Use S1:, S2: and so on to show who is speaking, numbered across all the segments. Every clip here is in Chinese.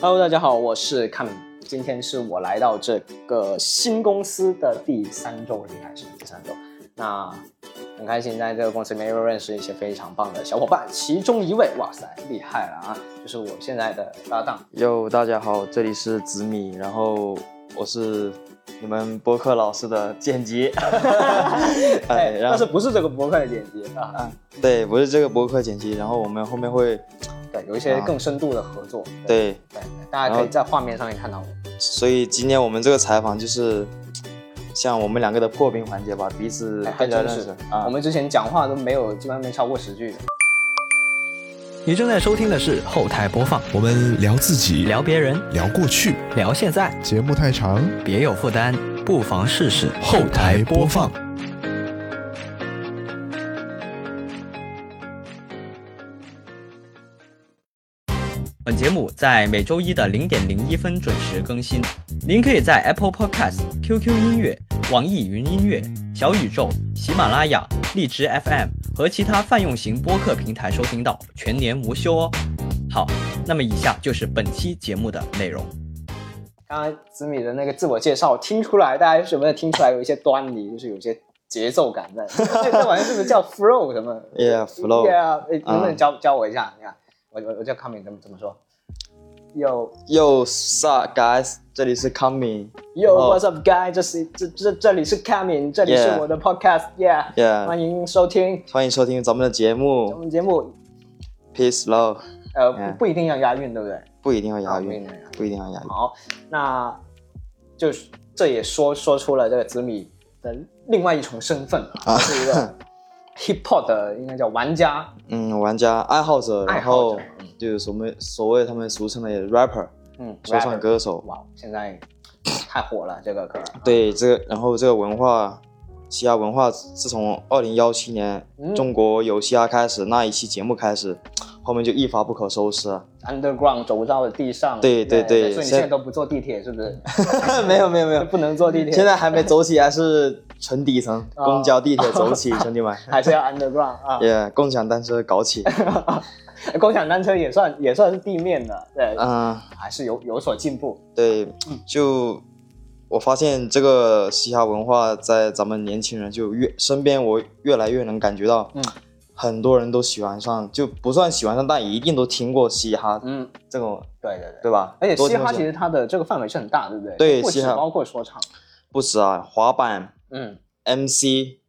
S1: Hello，大家好，我是 Kami，今天是我来到这个新公司的第三周了，应该是第三周。那很开心在这个公司里面又认识一些非常棒的小伙伴，其中一位，哇塞，厉害了啊！就是我现在的搭档，
S2: 哟，大家好，这里是紫米，然后我是你们播客老师的剪辑， 哎，
S1: 哎，
S2: 然
S1: 但是
S2: 后
S1: 不是这个博客的剪辑啊？
S2: 对，不是这个播客剪辑，然后我们后面会
S1: 对，有一些更深度的合作。对
S2: 对，
S1: 对，对大家可以在画面上面看到我。
S2: 所以今天我们这个采访就是像我们两个的破冰环节吧，彼此
S1: 哎还
S2: 更加
S1: 真
S2: 认
S1: 是
S2: 识，啊
S1: 我。们之前讲话都没有，基本上没超过十句的。
S3: 你正在收听的是后台播放，
S4: 我们聊自己，
S3: 聊别人，
S4: 聊过去，
S3: 聊现在，
S4: 节目太长，
S3: 别有负担，不妨试试
S4: 后台播放。。
S3: 本节目在每周一的零点零一分准时更新，您可以在 Apple Podcast、QQ 音乐、网易云音乐、小宇宙、喜马拉雅、荔枝 FM 和其他泛用型播客平台收听到，全年无休哦。好，那么以下就是本期节目的内容。
S1: 刚刚子米的那个自我介绍听出来，大家有没有听出来有一些端倪，就是有些节奏感在？这这玩意儿是不是叫 flow 什么
S2: Yeah，flow
S1: Yeah，哎能不能
S2: 嗯
S1: 教教我一下？你看，我我我叫康敏，怎么怎么说？有
S2: 哟，sup guys，这里是 Coming，
S1: 有
S2: 哦
S1: What's up, guy？这是这这这里是康敏，这里是
S2: Yeah
S1: 我的 podcast，Yeah，欢
S2: yeah，
S1: 迎收听
S2: 欢迎收听咱们的节
S1: 我
S2: 目
S1: 们节目。
S2: Peace Love，
S1: 呃，不
S2: Yeah
S1: 不一定要押韵，对不对？
S2: 不一定要
S1: 啊
S2: 押
S1: 不一定
S2: 韵
S1: 要押韵，
S2: 不一定要押韵，
S1: 好，那就是这也说说出了这个紫米的另外一重身份啊，是一 个 hip hop 的应该叫玩家
S2: 嗯，玩家爱好者，
S1: 爱
S2: 然
S1: 好
S2: 后
S1: 者。嗯
S2: 就是所谓所谓他们俗称的 rapper，
S1: 嗯，
S2: 说唱
S1: rapper
S2: 歌手。
S1: 哇，现在太火了这个歌。，
S2: 对这个，然后这个文化，嘻哈文化，自从二零幺七年、
S1: 嗯
S2: 中国有嘻哈开始那一期节目开始，后面就一发不可收拾啊了。
S1: Underground 走到了地上。
S2: 对对
S1: 对
S2: 对
S1: 所以你
S2: 现
S1: 现在都不坐地铁是不是？
S2: 没有没有没有，
S1: 不能坐地铁，
S2: 现在还没走起，还是纯底层，
S1: 啊
S2: 公交、地铁 走起，兄弟们。
S1: 还是要 Underground 啊。
S2: 也、共享单车 搞起，
S1: 共享单车也算也算是地面的，对，
S2: 嗯、
S1: 还是有有所进步。
S2: 对，
S1: 嗯
S2: 就我发现这个嘻哈文化在咱们年轻人就越身边，我越来越能感觉到，
S1: 嗯
S2: 很多人都喜欢上，就不算喜欢上，但一定都听过嘻哈
S1: 嗯，
S2: 这种，
S1: 对对对。
S2: 对吧？
S1: 而且
S2: 多
S1: 嘻
S2: 听
S1: 哈
S2: 过
S1: 其实它的这个范围是很大，对不对？
S2: 对
S1: 不只
S2: 嘻哈
S1: 包括说唱，
S2: 不止啊，滑板、
S1: 嗯
S2: MC、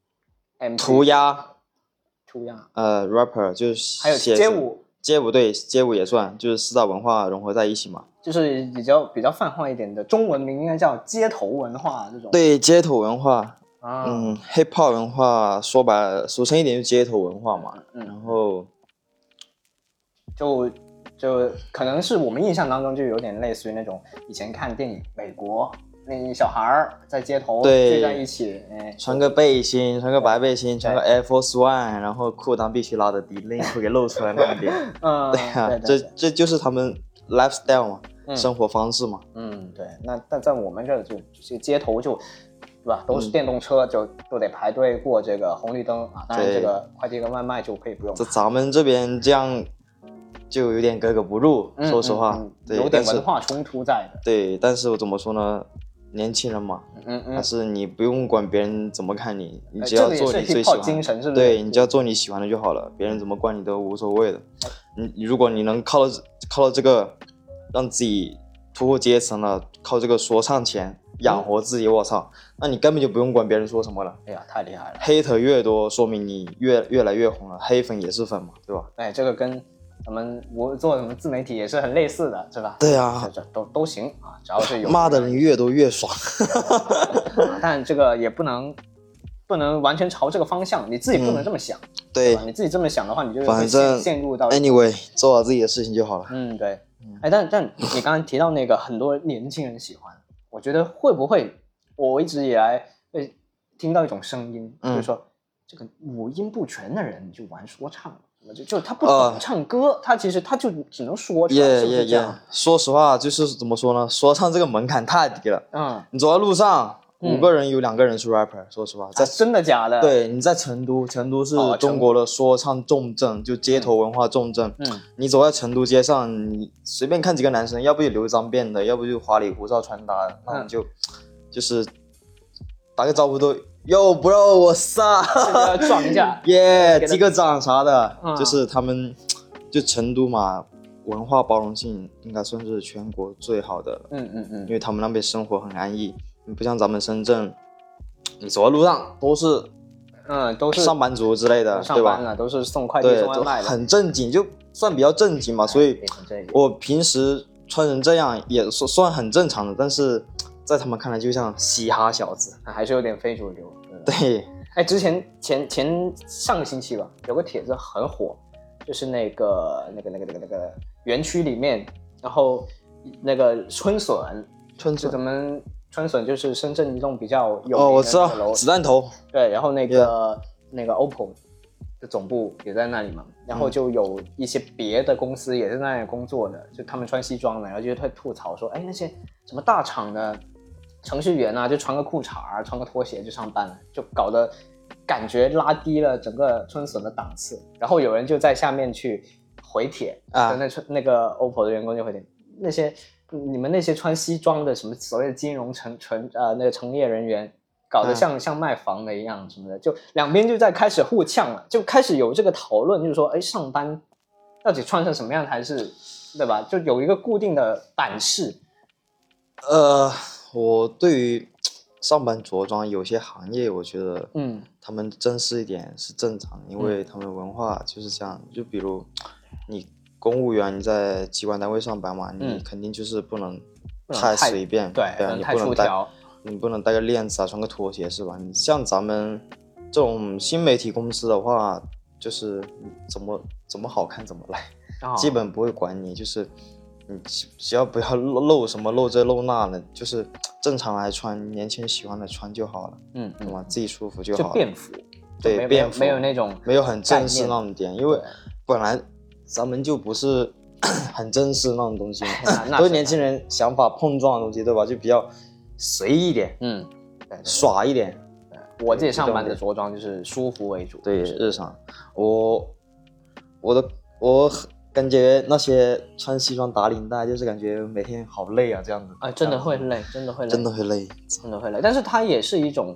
S1: ，M
S2: 涂鸦，
S1: 涂鸦，
S2: 呃，rapper 就是
S1: 还有
S2: 写
S1: 街，舞，
S2: 街舞对，街舞也算，就是四大文化融合在一起嘛。
S1: 就是比较比较泛化一点的，中文名应该叫街头文化这种。
S2: 对，街头文化，
S1: 啊，
S2: 嗯，hip hop 文化，说白了，俗称一点就是街头文化嘛。然
S1: 嗯，
S2: 后，
S1: 就就可能是我们印象当中就有点类似于那种以前看电影美国那一小孩儿在街头
S2: 对
S1: 聚在一起，哎，
S2: 穿个背心，穿个白背心，穿个 Air Force One，然后裤裆必须拉的低，内裤给露出来那么点。
S1: 嗯，
S2: 对呀、
S1: 对
S2: 这
S1: 对对
S2: 这就是他们 lifestyle 嘛，
S1: 嗯
S2: 生活方式嘛。
S1: 嗯，对，那但在我们这儿就这街头就，对吧，都是
S2: 嗯
S1: 电动车，就都得排队过这个红绿灯啊。当然，
S2: 对
S1: 这个快递跟外卖就可以不用
S2: 这
S1: 排。
S2: 咱们这边这样就有点格格不入，
S1: 嗯
S2: 说实话，
S1: 嗯嗯
S2: 对，
S1: 有点
S2: 但是
S1: 文化冲突在的。
S2: 对，但是我怎么说呢？年轻人嘛，
S1: 嗯嗯
S2: 还，是你不用管别人怎么看你，你
S1: 哎
S2: 啊只要
S1: 这个也
S2: 做
S1: 是
S2: 你最
S1: hip
S2: 喜
S1: hop
S2: 欢，
S1: 精神是不是
S2: 对你只要做你喜欢的就好了，别人怎么管你都无所谓的。你你如果你能靠到这靠到这个，让自己突破阶层了，靠这个说唱钱
S1: 嗯
S2: 养活自己，我操，那你根本就不用管别人说什么了。
S1: 哎呀，太厉害了！
S2: 黑 a 越多，说明你越越来越红了，黑粉也是粉嘛，对吧？
S1: 哎，这个跟咱们我做什么自媒体也是很类似的，是吧？
S2: 对
S1: 这
S2: 啊，
S1: 这都都行啊，只要是有
S2: 骂的人越多越爽。
S1: 啊但这个也不能不能完全朝这个方向，你自己不能
S2: 嗯
S1: 这么想，
S2: 对
S1: 吧？你自己这么想的话，你就会
S2: 反
S1: 陷
S2: 正哎
S1: 陷入到
S2: ，anyway，做好自己的事情就好了。
S1: 嗯，对。哎，但但你刚刚提到那个很多年轻人喜欢，我觉得会不会我一直以来会听到一种声音，
S2: 嗯
S1: 就是说这个五音不全的人就玩说唱，就就他不
S2: 啊
S1: 懂唱歌，他其实他就只能说出来，
S2: 耶
S1: 是不
S2: 耶
S1: 是这
S2: 耶
S1: 样？！
S2: 说实话，就是怎么说呢？说唱这个门槛太低了。
S1: 嗯，
S2: 你走在路上，
S1: 嗯
S2: 五个人有两个人是 rapper，说实话，在
S1: 啊真的假的？，
S2: 对，你在成都，成都是
S1: 哦成
S2: 中国的说唱重镇，就街头文化重镇。
S1: 嗯，
S2: 你走在成都街上，你随便看几个男生，要不就留脏辫的，要不就花里胡哨穿搭，那
S1: 嗯
S2: 种就、就是打个招呼都哟 bro，我撒，。
S1: 这个要撞一下
S2: 耶，
S1: 给他
S2: 击个掌啥的，
S1: 啊
S2: 就是他们就成都嘛，文化包容性应该算是全国最好的
S1: 嗯嗯嗯
S2: 因，为他们那边生活很安逸，你不像咱们深圳，你走在路上都是
S1: 嗯，都是
S2: 上班族之类的，
S1: 上班
S2: 对吧？
S1: 了，都是送快递、
S2: 对，
S1: 送外
S2: 都
S1: 卖的，哎
S2: 很正经，就算比较正经吧。所以
S1: 变成这个
S2: 我平时穿成这样也算算很正常的，但是在他们看来就像嘻哈小子。
S1: 还是有点非主流。对吧
S2: 对，
S1: 哎，之前前前上个星期吧，有个帖子很火，就是那个那个那个那个那个园区里面，然后那个春笋，
S2: 春
S1: 就
S2: 笋
S1: 咱们春笋就是深圳一栋比较有名的
S2: 哦，我知
S1: 那个
S2: 道，
S1: 楼
S2: 子弹头，
S1: 对，然后那个那个 OPPO 的总部也在那里嘛，然后
S2: 嗯
S1: 就有一些别的公司也在那里工作的，就他们穿西装的，然后就会吐槽说，哎，那些什么大厂的程序员啊，就穿个裤衩儿、穿个拖鞋就上班了，就搞得感觉拉低了整个春笋的档次。然后有人就在下面去回帖，
S2: 啊
S1: 就那春那个 OPPO 的员工就回帖，那些你们那些穿西装的什么所谓的金融从从呃那个从业人员，搞得
S2: 嗯
S1: 像、像卖房的一样什么的，就两边就在开始互呛了，就开始有这个讨论，就是说，哎，上班到底穿成什么样才是对吧？就有一个固定的版式，
S2: 呃，我对于上班着装有些行业，我觉得，
S1: 嗯，
S2: 他们正式一点是正常，因为他们文化就是这样。就比如你公务员，你在机关单位上班嘛，
S1: 嗯
S2: 你肯定就是不能
S1: 不能
S2: 太
S1: 太
S2: 随便，
S1: 对，
S2: 啊，
S1: 嗯
S2: 你
S1: 太
S2: 不
S1: 出
S2: 能带
S1: 条，
S2: 你不能带个链子啊，穿个拖鞋是吧？你像咱们这种新媒体公司的话，就是你怎么怎么好看怎么来。
S1: 啊
S2: 基本不会管你，就是你只只要不要露露什么露这露那的，就是正常来穿，年轻人喜欢的穿就好了，
S1: 嗯
S2: 懂
S1: 嗯，
S2: 吗？自己舒服就
S1: 就
S2: 好了
S1: 便。服，就
S2: 对
S1: 没有
S2: 便服
S1: 没有没有那种
S2: 没有很正式
S1: 概
S2: 那
S1: 念
S2: 种点，因为本来咱们就不是 很正式那种东西
S1: 那那，
S2: 都
S1: 是
S2: 是年轻人想法碰撞的东西，对吧？就比较随意一点，
S1: 嗯，对对
S2: 耍一点。
S1: 我自己上班的着装就是舒服为主，
S2: 对
S1: 就是
S2: 日常，我我的我感觉那些穿西装打领带，就是感觉每天好累啊，这样子
S1: 啊，真的会累，真的会累，
S2: 真的会累。
S1: 真的会累，但是它也是一种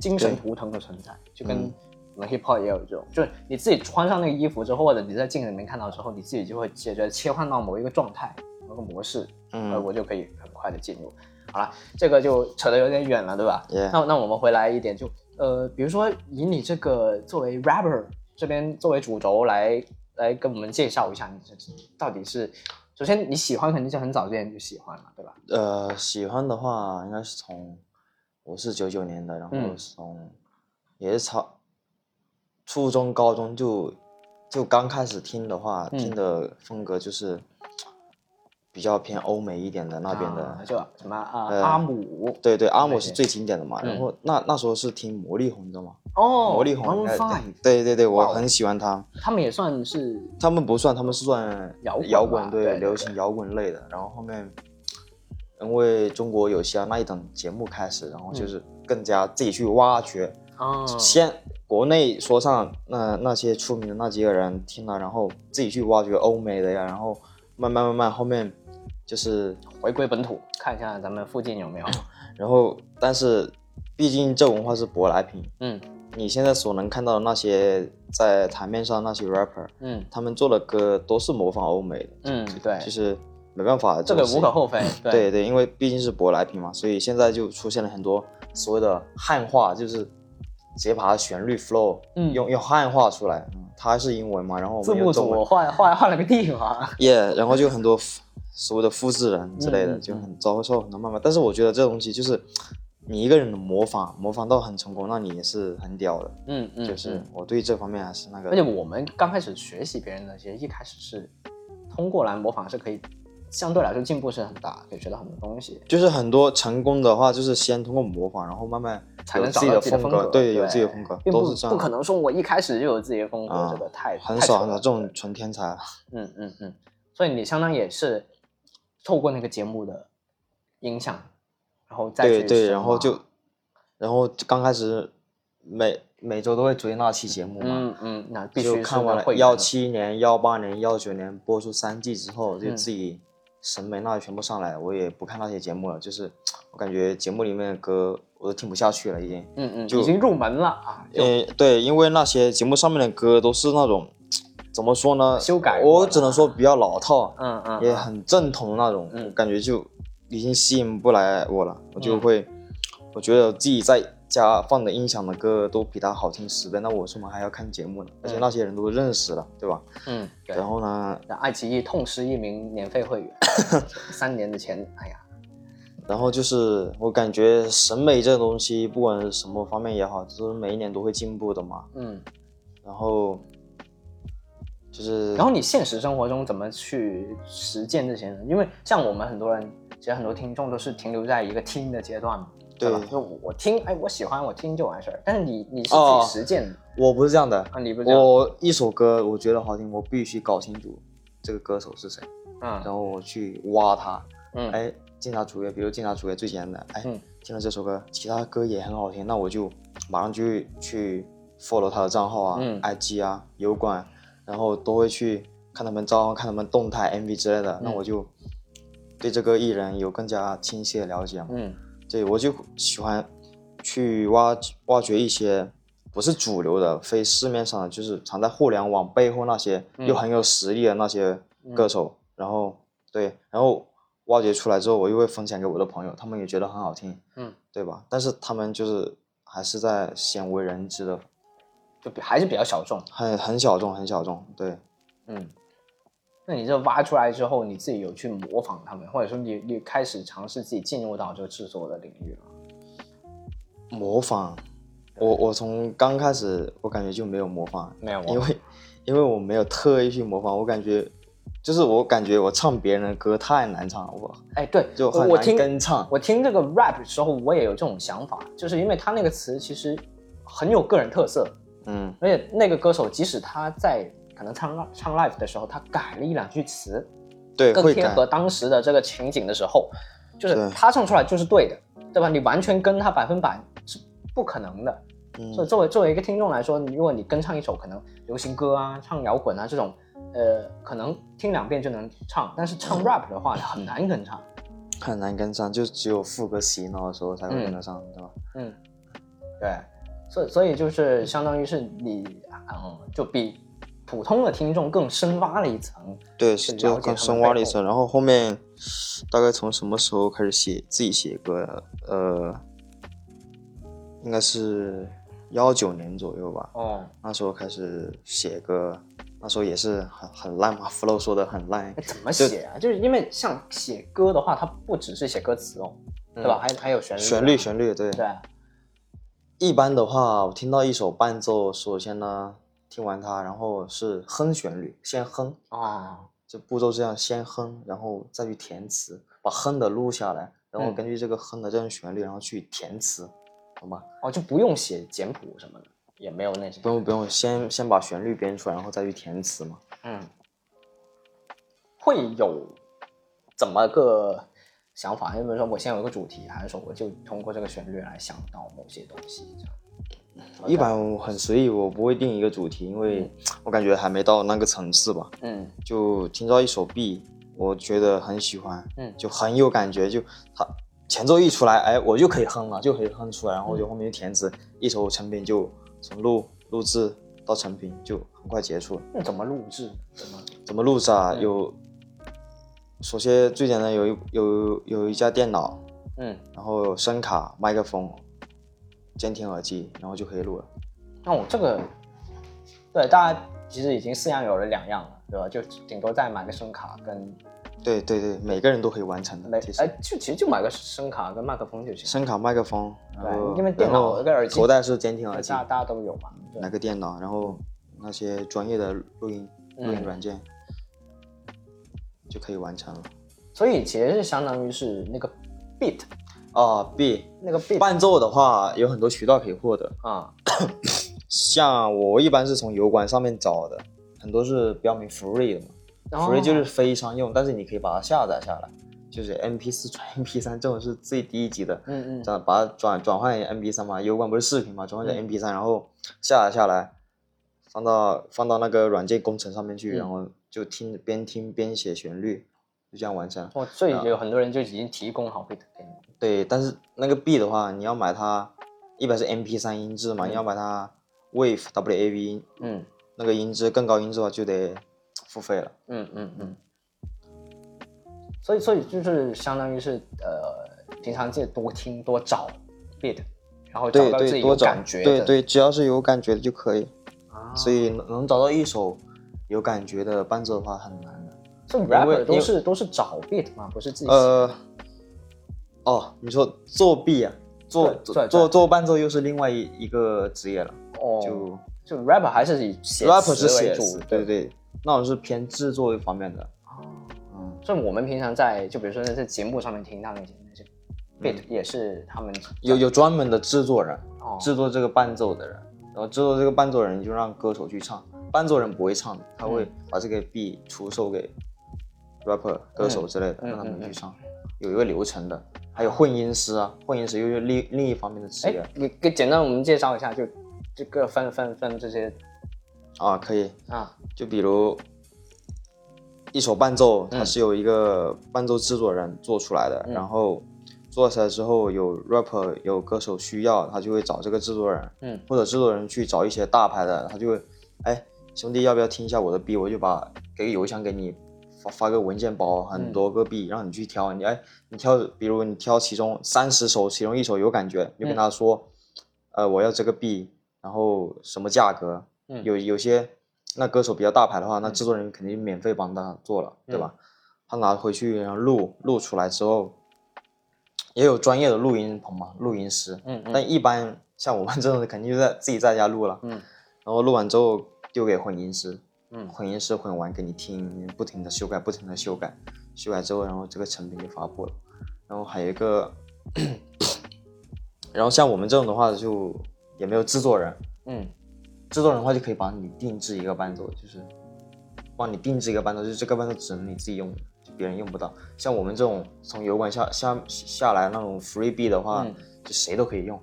S1: 精神
S2: 对
S1: 图腾的存在，就跟
S2: 嗯
S1: 我们 hip hop 也有这种，就是你自己穿上那个衣服之后，或者你在镜子里面看到之后，你自己就会觉得切换到某一个状态、某个模式，呃，
S2: 嗯，
S1: 我就可以很快的进入。好了，这个就扯得有点远了，对吧
S2: Yeah
S1: 那那我们回来一点就，呃，比如说以你这个作为 rapper 这边作为主轴来来跟我们介绍一下，你这到底是，首先你喜欢肯定是很早之前就喜欢了，对吧？
S2: 呃，喜欢的话应该是从我是九九年的，然后
S1: 嗯
S2: 是从、也是差初中、高中就就刚开始听的话，
S1: 嗯
S2: 听的风格就是比较偏欧美一点的那边的，
S1: 啊就什么啊、
S2: 呃
S1: 阿姆，
S2: 对对，阿
S1: 那
S2: 姆是
S1: 些
S2: 最经典的嘛。
S1: 嗯
S2: 然后那那时候是听魔力红，你知道吗？
S1: 哦，
S2: 魔力红
S1: Maroon
S2: 应该，
S1: Five，
S2: 对对对，
S1: 哇哦
S2: 我很喜欢他。
S1: 他们也算是
S2: 他们不算，他们是算
S1: 摇滚
S2: 摇
S1: 吧
S2: 滚，
S1: 对
S2: 对
S1: 对
S2: 流行摇滚类的。然后后面，因为中国有嘻哈那一档节目开始，然后就是
S1: 嗯
S2: 更加自己去挖掘。
S1: 啊，
S2: 先国内说唱那那些出名的那几个人听了，然后自己去挖掘欧美的呀，然后慢慢慢慢后面就是
S1: 回归本土，看一下咱们附近有没 有，
S2: 然后，但是毕竟这文化是舶来品，
S1: 嗯
S2: 你现在所能看到的那些在台面上那些 rapper，
S1: 嗯
S2: 他们做的歌都是模仿欧美的，
S1: 嗯，对，
S2: 就是没办法，
S1: 这个
S2: 就是
S1: 无可厚非，
S2: 对对，因为毕竟是舶来品嘛，所以现在就出现了很多所谓的汉化，就是直接把它旋律 flow，、
S1: 嗯
S2: 用用汉化出来，嗯它是英文嘛，然后我
S1: 字
S2: 们
S1: 幕
S2: 用中
S1: 组
S2: 文，
S1: 换换换了个地方，
S2: yeah，然后就很多复所谓的复制人之类的，
S1: 嗯嗯
S2: 就很遭受很多谩骂。但是我觉得这东西就是你一个人的模仿，模仿到很成功，那你也是很屌的。
S1: 嗯嗯，
S2: 就是
S1: 嗯
S2: 我对这方面还是那个，
S1: 而且我们刚开始学习别人的，其实一开始是通过来模仿是可以，相对来说进步是很大，可以学到很多东西。
S2: 就是很多成功的话，就是先通过模仿，然后慢慢
S1: 才
S2: 有
S1: 能找
S2: 己
S1: 到
S2: 的
S1: 自己的
S2: 风
S1: 风格
S2: 对，有
S1: 对
S2: 自己的风格，
S1: 并
S2: 都
S1: 不
S2: 是这样。
S1: 不可能说，我一开始就有自己的风格，
S2: 啊
S1: 这个太
S2: 很
S1: 太扯
S2: 少很
S1: 了
S2: 少这种纯天才啊。
S1: 嗯嗯嗯，所以你相当于也是透过那个节目的影响，然后再去
S2: 对对，
S1: 深
S2: 然后
S1: 挖
S2: 就然后刚开始每每周都会追那期节目嘛，
S1: 嗯嗯，那必
S2: 就
S1: 须
S2: 看完了幺七年、幺八年、幺九年播出三季之后，就
S1: 嗯
S2: 自己审美那全部上来，我也不看那些节目了，就是我感觉节目里面的歌我都听不下去了，已经。
S1: 嗯嗯，
S2: 就
S1: 已经入门了啊，就
S2: 呃，对，因为那些节目上面的歌都是那种怎么说呢，
S1: 修改过
S2: 我
S1: 的
S2: 只能说比较老套，
S1: 嗯嗯，
S2: 也
S1: 嗯
S2: 很正统的那种，
S1: 嗯
S2: 感觉就已经吸引不来我了，我就
S1: 嗯
S2: 会，我觉得自己在家放的音响的歌都比他好听十倍，那我为什么还要看节目呢？而且
S1: 嗯
S2: 那些人都认识了，对吧？
S1: 嗯，对。
S2: 然后呢，
S1: 那爱奇艺痛失一名年费会 员，三年的钱，哎呀，
S2: 然后就是我感觉审美这东西，不管是什么方面也好，就是每一年都会进步的嘛。
S1: 嗯。
S2: 然后就是，
S1: 然后你现实生活中怎么去实践这些呢？因为像我们很多人，其实很多听众都是停留在一个听的阶段嘛，
S2: 对
S1: 吧？就我听，哎，我喜欢，我听就完事儿。但是你你是自
S2: 哦
S1: 己实践的、
S2: 我不是这样的，
S1: 啊，你不是这样，
S2: 我一首歌我觉得好听，我必须搞清楚这个歌手是谁，然
S1: 嗯
S2: 后我去挖他。
S1: 嗯，
S2: 哎，进他主页，比如进他主页最简单，哎，
S1: 嗯
S2: 听了这首歌，其他歌也很好听，那我就马上就去 follow 他的账号啊、
S1: 嗯
S2: IG 啊、油管，然后都会去看他们账号、看他们动态、MV 之类的，那
S1: 嗯
S2: 我就对这个艺人有更加清晰的了解嘛。
S1: 嗯
S2: 对，我就喜欢去挖挖掘一些不是主流的、非市面上的，就是藏在互联网背后那些
S1: 嗯
S2: 又很有实力的那些歌手，然后对，然后挖掘出来之后，我又会分享给我的朋友，他们也觉得很好听，
S1: 嗯，
S2: 对吧？但是他们就是还是在鲜为人知的，
S1: 就比还是比较小众，
S2: 很很小众，很小众，对。
S1: 嗯。那你这挖出来之后，你自己有去模仿他们，或者说你你开始尝试自己进入到这个制作的领域了？
S2: 模仿，我我从刚开始我感觉就没有模仿，
S1: 没有模仿
S2: 因为因为我没有特意去模仿，我感觉就是我感觉我唱别人的歌太难唱了，我
S1: 哎，对，
S2: 就
S1: 我
S2: 很
S1: 我
S2: 难
S1: 听
S2: 跟唱。
S1: 我听这个 rap 的时候，我也有这种想法，就是因为他那个词其实很有个人特色，
S2: 嗯，
S1: 而且那个歌手即使他在可能唱 live- 唱 live 的时候，他改了一两句词，
S2: 对，
S1: 更
S2: 会
S1: 贴
S2: 改
S1: 合，当时的这个情景的时候，就是
S2: 对
S1: 他唱出来就是对的，对吧？你完全跟他百分百是不可能的。所以
S2: 嗯，
S1: 作为作为一个听众来说，如果你跟唱一首可能流行歌啊、唱摇滚啊这种，呃，可能听两遍就能唱，但是唱 rap 的话很难跟唱。
S2: 很难跟上，就只有副歌洗脑的时候才会跟得上，对吧？
S1: 嗯，对，所以所以就是相当于是你，嗯，就比普通的听众更深挖了一层。
S2: 对，
S1: 去了解
S2: 就更
S1: 他
S2: 深
S1: 们
S2: 挖
S1: 背
S2: 了一
S1: 后
S2: 层。然后后面大概从什么时候开始写自己写歌的？呃，应该是幺九年左右吧。
S1: 哦，
S2: 那时候开始写歌，那时候也是很很烂嘛，flow 说的很烂
S1: 那，怎么写啊？就是因为像写歌的话，它不只是写歌词哦，对吧？还还有旋律、
S2: 嗯
S1: 啊
S2: 旋律旋律啊对。
S1: 对，啊
S2: 一般的话，我听到一首伴奏，首先呢听完它，然后是哼旋律，先哼，
S1: 哦，
S2: 这步骤是这样，先哼，然后再去填词，把哼的录下来，然后
S1: 嗯
S2: 根据这个哼的这种旋律，然后去填词，懂吗？
S1: 哦，就不用写简谱什么的，也没有那些。
S2: 不用不用，先先把旋律编出来，然后再去填词嘛。
S1: 嗯，会有怎么个想法？就比如说，我现在有一个主题，还是说我就通过这个旋律来想到某些东西这样？
S2: 一般我很随意，我不会定一个主题，因为我感觉还没到那个层次吧。
S1: 嗯
S2: 就听到一首 B，我觉得很喜欢，
S1: 嗯
S2: 就很有感觉，就它前奏一出来，哎，我就可以哼了，就可以哼出
S1: 嗯
S2: 来，然后就后面就填词，一首成品就从录录制到成品就很快结束了。
S1: 那怎么录制？怎么？
S2: 怎么录制啊？
S1: 嗯
S2: 有，首先最简单有一有有一架电脑，
S1: 嗯，
S2: 然后有声卡、麦克风、监听耳机，然后就可以录了。
S1: 那我这个，对大家其实已经四样有了两样了，对吧？就顶多再买个声卡跟
S2: 对对对，每个人都可以完成
S1: 没
S2: 的。嗯其
S1: 哎
S2: 实，
S1: 就其实就买个声卡跟麦克风就行。
S2: 声卡、麦克风，
S1: 对
S2: 然后
S1: 因为电脑
S2: 然后
S1: 有个耳机
S2: 口袋是监听
S1: 大
S2: 耳机，
S1: 家大家都有嘛？对
S2: 拿个电脑，然后那些专业的录音录音
S1: 嗯
S2: 软件就可以完成了。
S1: 所以其实是相当于是那个 beat
S2: 啊，B
S1: 那个 beat
S2: 伴奏的话有很多渠道可以获得，
S1: 啊，
S2: 像我一般是从油管上面找的，很多是标明 free 的嘛、
S1: 然后哦
S2: f r e e 就是非商用，但是你可以把它下载下来，就是 MP 四转 MP 三，这种是最低级的。
S1: 嗯
S2: 这样把它转转换 MP 三嘛，优冠不是视频嘛，转换成 MP 三，然后下载下来，放到放到那个软件工程上面去，
S1: 嗯
S2: 然后就听边听边写旋律，就这样完成。
S1: 哦，所以有很多人就已经提供好会的给你，
S2: 对，但是那个 B 的话，你要买它，一般是 MP 三音质嘛，
S1: 嗯
S2: 你要买它 Wave WAV 音
S1: 嗯
S2: 那个音质更高音质的话就得付费了。
S1: 嗯嗯嗯。所以，所以就是相当于是呃，平常就多听多找 beat，然后找
S2: 对
S1: 到自
S2: 对，
S1: 己
S2: 多
S1: 有
S2: 找
S1: 感觉
S2: 对
S1: 的
S2: 对，只要是有感觉的就可以。
S1: 啊
S2: 所以能能找到一首有感觉的伴奏的话很难的。
S1: 这
S2: 为
S1: rapper
S2: 因
S1: 都
S2: 为
S1: 是都是找 beat 嘛，不是自己
S2: 呃，哦，你说作弊啊？做
S1: 对
S2: 做
S1: 对
S2: 做
S1: 对
S2: 做伴奏又是另外一一个职业了，
S1: 哦，就就
S2: 就
S1: rapper 还是以写
S2: rapper
S1: 词
S2: 是
S1: 为
S2: 写
S1: 主
S2: 词，，对。对，那我是偏制作方面的。嗯，
S1: 所以哦我们平常在就比如说在节目上面听到那些那些 beat 也是他们
S2: 有有专门的制作人，
S1: 哦
S2: 制作这个伴奏的人，然后制作这个伴奏人就让歌手去唱，伴奏人不会唱，他会把这个 B 出售给 rapper 歌手之类的，
S1: 嗯嗯
S2: 让他们
S1: 嗯
S2: 去
S1: 嗯
S2: 唱，有一个流程的。还有混音师啊，混音师又是另另一方面的职业
S1: 哎，你给简单我们介绍一下，就这个分分分这些
S2: 啊，可以。
S1: 啊，
S2: 就比如一首伴奏，
S1: 嗯
S2: 它是由一个伴奏制作人做出来的，
S1: 嗯
S2: 然后做出来之后有 rapper 有歌手需要，他就会找这个制作人，
S1: 嗯，
S2: 或者制作人去找一些大牌的，他就会，哎，兄弟要不要听一下我的 B？我就把给个邮箱给你。发发个文件包，很多个 B，、让你去挑，你哎，你挑，比如你挑其中三十首，其中一首有感觉，你就跟
S1: 嗯
S2: 他说，呃，我要这个 B，然后什么价格？
S1: 嗯
S2: 有有些那歌手比较大牌的话，那制作人肯定免费帮他做了，对
S1: 嗯
S2: 吧？他拿回去然后录录出来之后，也有专业的录音棚嘛，录音师。
S1: 嗯嗯
S2: 但一般像我们这种的，肯定就在自己在家录了。
S1: 嗯
S2: 然后录完之后丢给混音师，
S1: 嗯
S2: 混音师混完给你听，不停的修改，不停的修改，修改之后，然后这个成品就发布了。然后还有一个， 然后像我们这种的话，就也没有制作人，
S1: 嗯
S2: 制作人的话就可以帮你定制一个伴奏，就是帮你定制一个伴奏，就是这个伴奏只能你自己用，就别人用不到。像我们这种从油管下下下来那种 free b 的话，
S1: 嗯
S2: 就谁都可以用，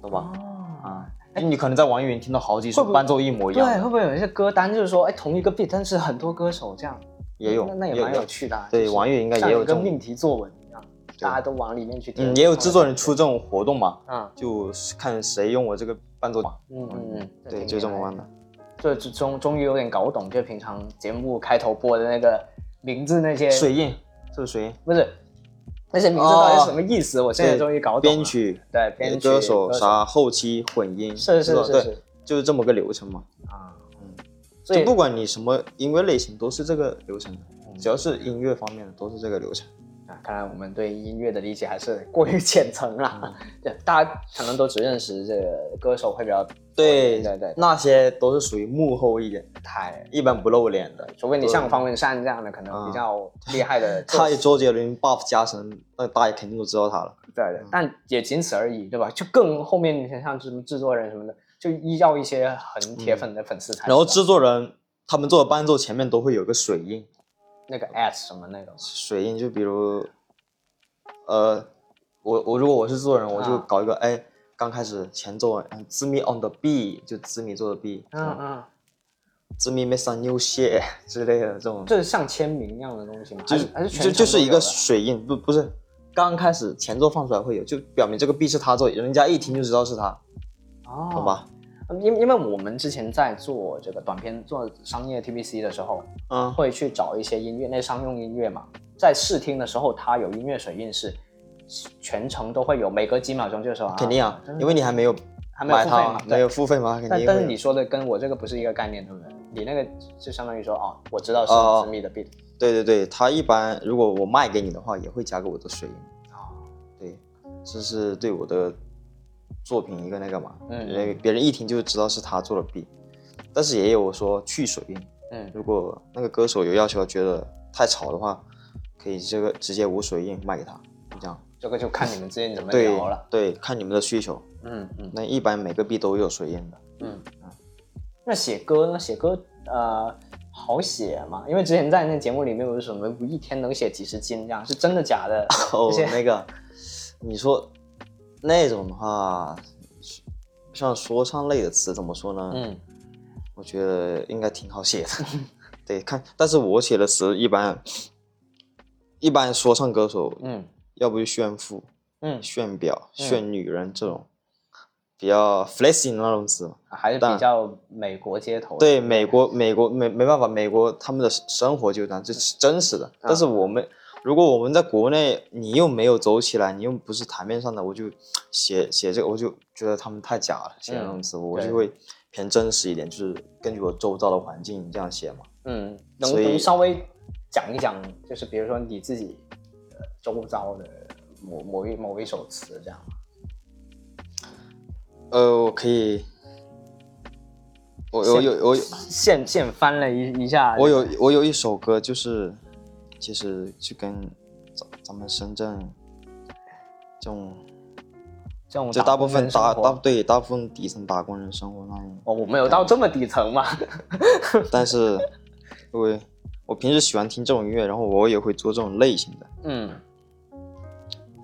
S2: 懂吧？
S1: 哦，
S2: 啊，你可能在网易云听到好几首
S1: 会不会
S2: 伴奏一模一
S1: 对，
S2: 样
S1: 会
S2: 的，
S1: 不会有一些歌单就是说，哎，同一个 beat，但是很多歌手这样
S2: 也有
S1: 那那也
S2: 也有
S1: 蛮有趣的啊。
S2: 对
S1: 就是
S2: 网易云应该也
S1: 像
S2: 有
S1: 一
S2: 这
S1: 个
S2: 种
S1: 命题作文一样，大家都往里面去填。
S2: 嗯，也有制作人出这种活动嘛，
S1: 啊，
S2: 就是看谁用我这个伴奏嘛，
S1: 嗯嗯嗯，
S2: 对，就这么玩
S1: 的。
S2: 的。
S1: 这这终终于有点搞懂，就平常节目开头播的那个名字那些
S2: 水印，这是水印，
S1: 不是那些名字到底是什么意思？我现在
S2: 哦对
S1: 终于搞懂了。
S2: 编曲、
S1: 对编曲
S2: 歌手啥后期混音，
S1: 是是
S2: 吧
S1: 是
S2: 对
S1: 是
S2: 就是这么个流程嘛。
S1: 啊，嗯
S2: 嗯，
S1: 所
S2: 就
S1: 以
S2: 不管你什么音乐类型，都是这个流程的，
S1: 嗯
S2: 只要是音乐方面的，都是这个流程。
S1: 啊，看来我们对音乐的理解还是过于浅层
S2: 嗯
S1: 了。 对，大家可能都只认识这个歌手会比较
S2: 对
S1: 对对
S2: 那些都是属于幕后一点，
S1: 太，
S2: 一般不露脸的。
S1: 除非你像方文山这样的可能比较厉害的作
S2: 嗯 他
S1: 曲，
S2: 周杰伦 buff 加成，那大家肯定都知道他了。
S1: 对对，但也仅此而已，对吧？就更后面你像像制制作人什么的，就依照一些很铁粉的粉丝才知道。
S2: 嗯然后制作人他们做的伴奏前面都会有个水印，
S1: 那个 S 什么那种，
S2: 水印，就比如，呃，我我如果我是制作人，我就
S1: 啊
S2: 搞一个哎，刚开始前奏，嗯，z me on the beat，就 z me 做的 beat，
S1: 嗯嗯，
S2: z me make some new shit 之类的这种，
S1: 这是像签名一样的东西吗？
S2: 就
S1: 还还是全
S2: 就
S1: 程
S2: 就是
S1: 都
S2: 一
S1: 有
S2: 个
S1: 的
S2: 水印，不不是，刚开始前奏放出来会有，就表明这个 beat 是他做，人家一听就知道是他，
S1: 哦，
S2: 懂？吧？
S1: 因因为我们之前在做这个短片做商业 TVC 的时候，
S2: 嗯，
S1: 会去找一些音乐，那商用音乐嘛，在试听的时候，它有音乐水印是全程都会有，每隔几秒钟就是啊
S2: 肯定啊，
S1: 真的
S2: 因为你还没有
S1: 还没有
S2: 买
S1: 付费
S2: 它
S1: 嘛，，对
S2: 没有。付费嘛，肯
S1: 但
S2: 定
S1: 但是
S2: 会
S1: 你
S2: 有。
S1: 说的跟我这个不是一个概念，对不对？你那个就相当于说哦，我知道是
S2: 哦哦
S1: 私密的 beat，
S2: 对对对，他一般如果我卖给你的话，也会加个我的水印。
S1: 哦，
S2: 对，这是对我的作品一个那个嘛，
S1: 嗯
S2: 人别人一听就知道是他做的 B，但是也有说去水印，
S1: 嗯，
S2: 如果那个歌手有要求，觉得太吵的话，可以这个直接无水印卖给他，就这样。
S1: 这个就看你们之间怎么
S2: 对
S1: 聊了，
S2: 对，看你们的需求。
S1: 嗯嗯。
S2: 那一般每个 B 都有水印的，
S1: 那写歌呢？写歌呃，好写嘛？因为之前在那节目里面有什么一天能写几十斤这样，是真的假的？
S2: 哦
S1: 这些，
S2: 那个，你说那种的话，像说唱类的词怎么说呢？
S1: 嗯，
S2: 我觉得应该挺好写的。 对，看，但是我写的词一般，一般说唱歌手，
S1: 嗯
S2: 要不就炫富、
S1: 嗯，
S2: 炫表、
S1: 嗯
S2: 炫女人这种比较 flexing 的那种词。
S1: 还是比
S2: 但
S1: 较美国街头的。
S2: 对，美国，美国没没办法，美国他们的生活就是这样，这是真实的。但是
S1: 啊
S2: 我们如果我们在国内，你又没有走起来，你又不是台面上的，我就写写这个，我就觉得他们太假了，写那种词，我
S1: 嗯对
S2: 就会偏真实一点，就是根据我周遭的环境这样写嘛。
S1: 嗯，能
S2: 所以
S1: 能稍微讲一讲，就是比如说你自己呃周遭的某某一某一首词这样吗？
S2: 呃，我可以，我我有我有
S1: 现现翻了一一下，
S2: 我有我有一首歌，就是其实就跟咱咱们深圳这种。
S1: 这种
S2: 就大部分
S1: 打，
S2: 打大对大部分底层打工人生活那种
S1: 哦，我没有到这么底层嘛，
S2: 但是我我平时喜欢听这种音乐，然后我也会做这种类型的。
S1: 嗯，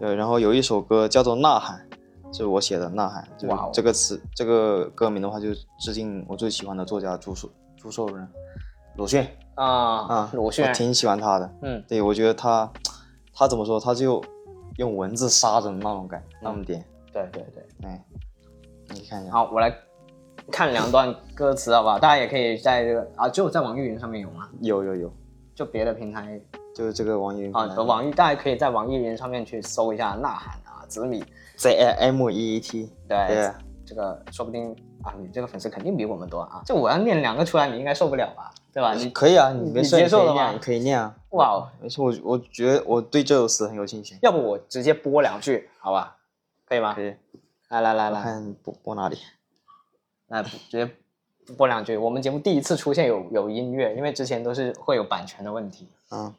S2: 对，然后有一首歌叫做《呐喊》，是我写的《呐喊》，就是
S1: 哇哦
S2: 这个词这个歌名的话，就是致敬我最喜欢的作家朱寿朱寿人鲁迅
S1: 啊
S2: 啊，，
S1: 鲁迅
S2: 我，挺喜欢他的。
S1: 嗯
S2: 对，我觉得他他怎么说，他就用文字杀人那种感那
S1: 嗯
S2: 种点。
S1: 对对对，
S2: 哎，你看一下，
S1: 好，我来看两段歌词好不好？大家也可以在这个啊，只有在网易云上面有吗？
S2: 有有有，
S1: 就别的平台
S2: 就是这个网易云
S1: 啊，
S2: 平台
S1: 和网易大家可以在网易云上面去搜一下《呐喊》啊，《紫米》
S2: Z M E E T，
S1: 对
S2: 对，
S1: 这个说不定啊，你这个粉丝肯定比我们多啊。这我要念两个出来，你应该受不了吧？对吧？你
S2: 可以啊，你没事
S1: 你接受
S2: 你可
S1: 了
S2: 以
S1: 吗
S2: 念你可以念啊。
S1: 哇哦，
S2: 而且我我觉得我对这首词很有信心。
S1: 要不我直接播两句，好吧？可以吗？
S2: 以，
S1: 来来来
S2: 我
S1: 来，
S2: 看播播哪里？
S1: 那直接播两句。我们节目第一次出现有有音乐，因为之前都是会有版权的问题。
S2: 啊，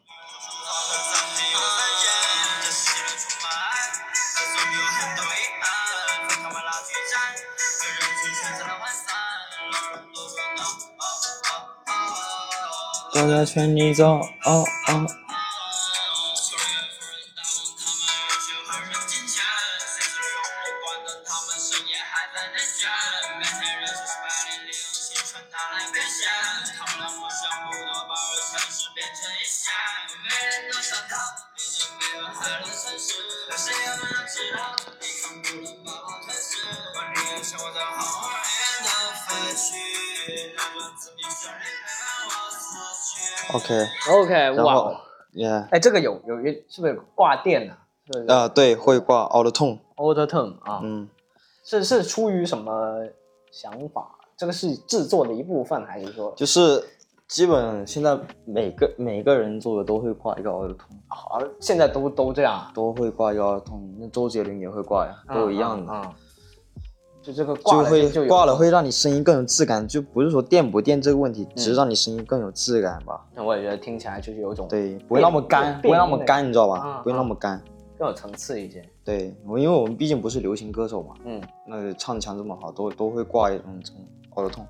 S2: 我在劝你走，哦哦。OK，
S1: OK，
S2: 然
S1: 哇
S2: 后
S1: 哦，
S2: ，Yeah，
S1: 哎，这个有有有是不是有挂电啊？是不是
S2: 啊，对，会挂 all the tone，
S1: Auto Tune 啊？
S2: 嗯，
S1: 是是出于什么想法？这个是制作的一部分，还是说
S2: 就是基本现在每个每个人做的都会挂一个 all the tone，
S1: 好像现在都都这样啊？
S2: 都会挂一个 all the tone，那周杰伦也会挂呀，都有一样的。
S1: 嗯，嗯就这个挂
S2: 就
S1: 了
S2: 会
S1: 就有
S2: 挂了会让你声音更有质感，就不是说电不电这个问题，只是
S1: 嗯
S2: 让你声音更有质感吧。
S1: 那我也觉得听起来就是有一种
S2: 对，不会那么干，不
S1: 变
S2: 会那么干，你知道
S1: 啊
S2: 吧？不会那
S1: 啊
S2: 么干。
S1: 更有层次一些。
S2: 对，我因为我们毕竟不是流行歌手嘛，
S1: 嗯，
S2: 那唱腔这么好，都都会挂一种这种耳痛。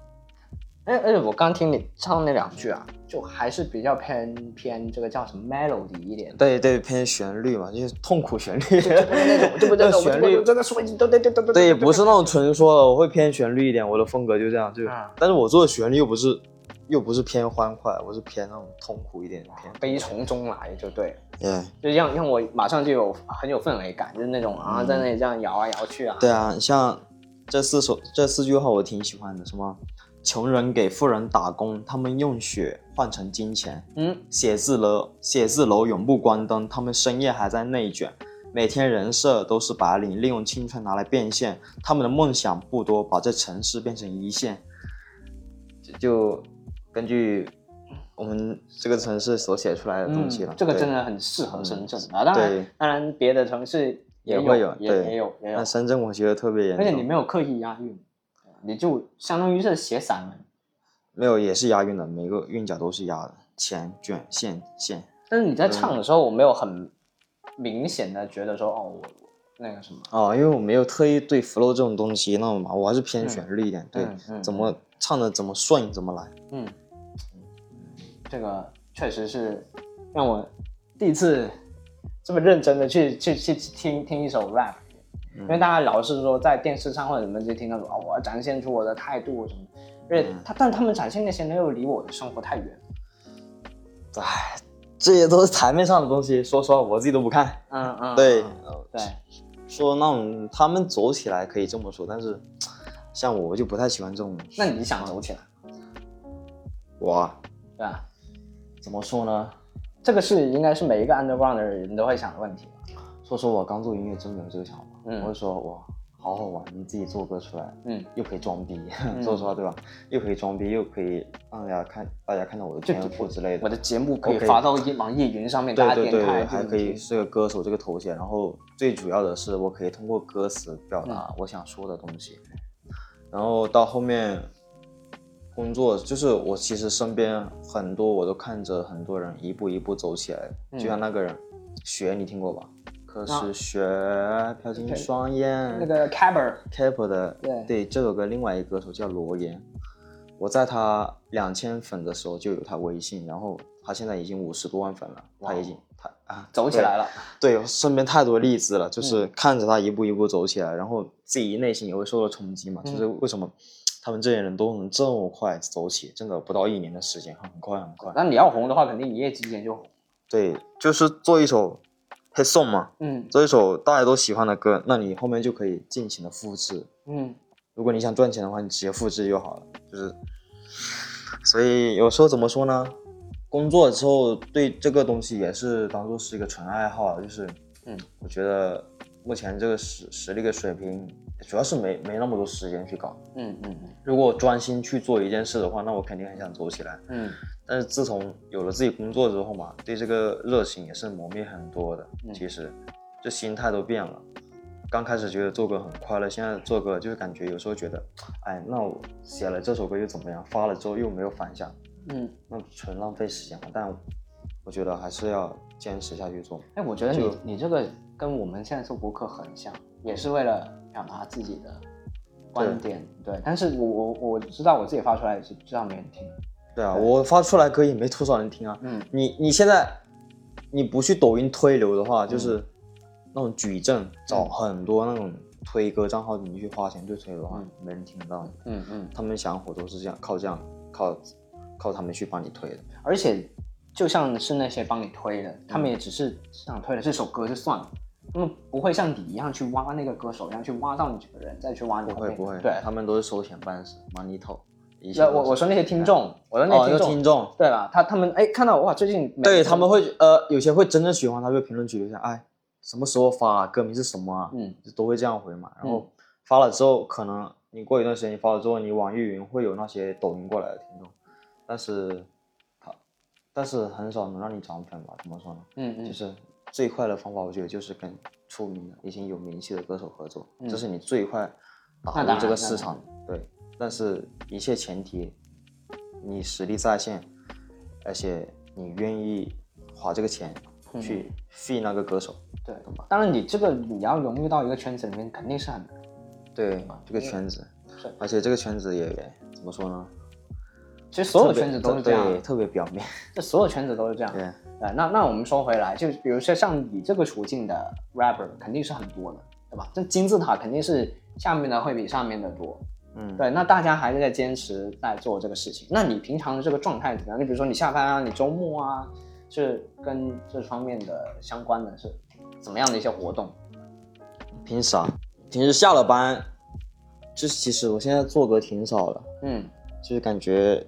S1: 哎，而且我刚听你唱那两句啊，就还是比较偏偏这个叫什么 melody 一点，
S2: 对对，偏旋律嘛，就是痛苦旋律。
S1: 那种对不对？
S2: 那旋律
S1: 我真的说一句，对对对对对
S2: 对，不是那种纯说的，我会偏旋律一点，我的风格就这样，就
S1: 啊。
S2: 但是我做的旋律又不是，又不是偏欢快，我是偏那种痛苦一点，偏。
S1: 悲从中来就对了，
S2: 耶。
S1: 就让让我马上就有很有氛围感，就是那种啊，在那里这样摇啊摇去啊，
S2: 嗯对啊，像这四首这四句话我挺喜欢的，什么穷人给富人打工，他们用血换成金钱，
S1: 嗯，
S2: 写字楼写字楼永不关灯，他们深夜还在内卷。每天人设都是白领，利用青春拿来变现。他们的梦想不多，把这城市变成一线。就就根据我们这个城市所写出来的东西了。
S1: 嗯这个
S2: 对嗯
S1: 真的很适合深圳啊。当然
S2: 对，
S1: 当然别的城市
S2: 也
S1: 有，
S2: 会
S1: 也
S2: 对，
S1: 也有也有
S2: 那。深圳我觉得特别严
S1: 而
S2: 重，
S1: 且你没有刻意押韵，呃你就相当于是写散文。
S2: 没有，也是押韵的，每个韵脚都是押的，前卷线线。
S1: 但是你在
S2: 嗯
S1: 唱的时候，我没有很明显的觉得说，哦，我我那个什么，
S2: 哦，因为我没有特意对 flow 这种东西那种嘛，我还是偏旋律一点，对，
S1: 嗯嗯
S2: 怎么唱的怎么顺怎么来。
S1: 嗯，这个确实是让我第一次这么认真的去去去听听一首 rap，因
S2: 嗯
S1: 为大家老是说在电视上或者什么就听到说啊、我要展现出我的态度什么，而且
S2: 嗯
S1: 他但他们展现那些又离我的生活太远。
S2: 唉，这些都是台面上的东西，说实话我自己都不看。
S1: 嗯嗯
S2: 对，
S1: 对，
S2: 说那种他们走起来可以这么说，但是像我就不太喜欢这种。
S1: 那你想走起来，
S2: 我啊
S1: 对吧？
S2: 怎么说呢？
S1: 这个是应该是每一个 underground 的人都会想的问题吧。
S2: 说实话，我刚做音乐真没有这个想法，
S1: 嗯
S2: 我就说哇，好好玩，你自己做歌出来，
S1: 嗯，
S2: 又可以装逼，说实话对吧？又可以装逼，又可以让大家看大家看到我的
S1: 就
S2: 天赋之类的。
S1: 我的节目可以
S2: OK
S1: 发到一网易云上面，大
S2: 对
S1: 家
S2: 对
S1: 点
S2: 对，
S1: 开
S2: 还
S1: 就能
S2: 可以
S1: 听
S2: 是个歌手这个头衔，然后最主要的是我可以通过歌词表达
S1: 嗯
S2: 我想说的东西，然后到后面工作就是我其实身边很多我都看着很多人一步一步走起来，
S1: 嗯啊
S2: 就像那个人雪你听过吧？可是雪飘进
S1: 对
S2: 双眼，
S1: 那个 Caber，
S2: Capo 的
S1: 对
S2: 这首歌另外一个歌手叫罗岩，我在他两千粉的时候就有他微信，然后他现在已经五十多万粉了，
S1: 哇哦
S2: 他已经他啊
S1: 走起来了。嗯
S2: 对，对身边太多例子了，就是看着他一步一步走起来，然后自己内心也会受到冲击嘛，
S1: 嗯
S2: 就是为什么他们这些人都能这么快走起，真的不到一年的时间，很快很快。
S1: 那你要红的话，肯定一夜之间就红。
S2: 对，就是做一首 hit song 嘛，
S1: 嗯
S2: 做一首大家都喜欢的歌，那你后面就可以尽情的复制，
S1: 嗯，
S2: 如果你想赚钱的话，你直接复制就好了。就是，所以有时候怎么说呢？工作之后对这个东西也是当做是一个纯爱好，啊就是，
S1: 嗯，
S2: 我觉得目前这个实实力的水平，主要是没没那么多时间去搞。
S1: 嗯嗯嗯
S2: 如果我专心去做一件事的话，那我肯定很想走起来。
S1: 嗯
S2: 但是自从有了自己工作之后嘛，对这个热情也是磨灭很多的。
S1: 嗯
S2: 其实，这心态都变了。刚开始觉得做歌很快乐，现在做歌就是感觉有时候觉得，哎，那我写了这首歌又怎么样？发了之后又没有反响，
S1: 嗯。
S2: 那纯浪费时间了。但我觉得还是要坚持下去做。
S1: 哎，我觉得你
S2: 就
S1: 你这个跟我们现在做博客很像，也是为了表达自己的观点，对。但是我我我知道我自己发出来也是知道没人听。
S2: 对啊，
S1: 对
S2: 我发出来歌也没多少人听啊。
S1: 嗯
S2: 你你现在你不去抖音推流的
S1: 嗯
S2: 话，就是那种矩阵，找很多那种推歌账号，你去花钱去推的话，
S1: 嗯
S2: 没人听得到。
S1: 嗯嗯。
S2: 他们想火都是这样，靠这样，靠靠他们去帮你推的。
S1: 而且就像是那些帮你推的，他
S2: 嗯
S1: 们也只是想推了这首歌就算了，他们不会像你一样去挖那个歌手一样去挖到你这个人，再去挖你的
S2: 不会
S1: 背景
S2: 不会，
S1: 对。
S2: 他们都是收钱办事，money talk。一切
S1: 那
S2: 都是
S1: 我我说那些听众，我说
S2: 哦，
S1: 那
S2: 那
S1: 些
S2: 个
S1: 众，
S2: 听众，
S1: 对吧？他他们哎，看到哇，最近每
S2: 对
S1: 次
S2: 他们会呃，有些会真正喜欢，他会评论区留下，哎，什么时候发啊？歌名是什么啊？
S1: 嗯
S2: 就都会这样回嘛。然
S1: 嗯
S2: 后发了之后，可能你过一段时间你发了之后，你网易云会有那些抖音过来的听众，但是他但是很少能让你涨粉吧？怎么说呢？
S1: 嗯
S2: 就
S1: 嗯
S2: 是最快的方法，我觉得就是跟出名的、已经有名气的歌手合作，
S1: 嗯
S2: 这是你最快打
S1: 那当
S2: 入
S1: 然
S2: 这个
S1: 那
S2: 市
S1: 当
S2: 场的。对，但是一切前提，你实力在线，而且你愿意花这个钱
S1: 嗯
S2: 去 fee 那个歌手。
S1: 对
S2: 懂吧。
S1: 当然你这个你要融入到一个圈子里面，肯定是很难。
S2: 对这个
S1: 因为
S2: 圈子
S1: 是，
S2: 而且这个圈子也怎么说呢？
S1: 其实所有
S2: 特别
S1: 圈子都是这
S2: 对
S1: 样，
S2: 特别表 面。
S1: 这所有圈子都是这样。
S2: 对，
S1: 啊，那那我们说回来，就比如说像你这个处境的 rapper 肯定是很多的，对吧？这金字塔肯定是下面的会比上面的多。
S2: 嗯，
S1: 对，那大家还是在坚持在做这个事情。那你平常的这个状态怎么样？你比如说你下班啊，你周末啊，是跟这方面的相关的是怎么样的一些活动？
S2: 平时啊，平时下了班，就是其实我现在做歌挺少了。
S1: 嗯
S2: 就是感觉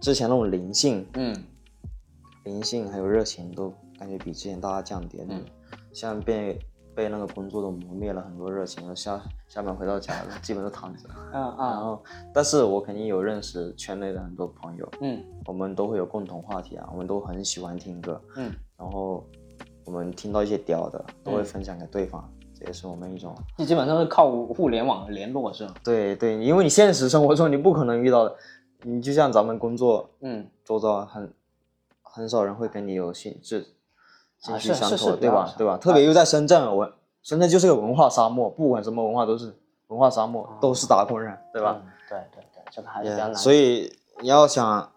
S2: 之前那种灵性、
S1: 嗯
S2: 灵性还有热情都感觉比之前大大降低了。
S1: 嗯
S2: 现在被被那个工作都磨灭了很多热情，下下班回到家基本都躺着。
S1: 啊
S2: 然
S1: 啊
S2: 后，但是我肯定有认识圈内的很多朋友，
S1: 嗯
S2: 我们都会有共同话题啊，我们都很喜欢听歌，
S1: 嗯，
S2: 然后我们听到一些屌的都会
S1: 嗯
S2: 分享给对方，这也是我们一种
S1: 你基本上是靠互联网联络是吗？
S2: 对对，因为你现实生活中你不可能遇到的，你就像咱们工作，
S1: 嗯，
S2: 周遭很很少人会跟你有兴致兴
S1: 啊
S2: 趣
S1: 是
S2: 相
S1: 是是
S2: 投，
S1: 比
S2: 对
S1: 较
S2: 吧
S1: 少？
S2: 对吧？
S1: 啊
S2: 特别又在深圳，我深圳就是个文化沙漠，不管什么文化都是文化沙漠，都是打工人，对
S1: 对
S2: 吧？？
S1: 嗯对对对，这个还是比较
S2: Yeah，
S1: 难。
S2: 所以你要想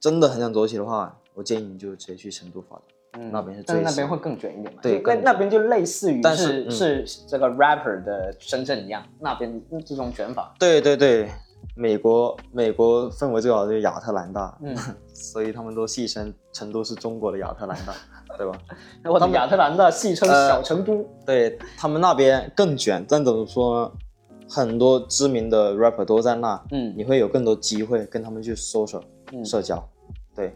S2: 真的很想走起的话，我建议你就直接去成都发展。
S1: 嗯
S2: 那边是
S1: 但是
S2: 最
S1: 那边
S2: 新
S1: 会更卷一点嘛？
S2: 对
S1: 就
S2: 更
S1: 那
S2: 卷
S1: 那边就类似于
S2: 但
S1: 是嗯
S2: 是
S1: 是这个 rapper 的深圳一样，那边嗯这种卷法，
S2: 对对对，美国美国氛围最好的就是亚特兰大，
S1: 嗯，
S2: 所以他们都戏称成都是中国的亚特兰大，对吧？
S1: 我的亚特兰大戏称
S2: 呃
S1: 小成都，
S2: 对他们那边更卷，但怎么说呢？很多知名的 rapper 都在那，
S1: 嗯
S2: 你会有更多机会跟他们去 social
S1: 嗯，
S2: 社交。对，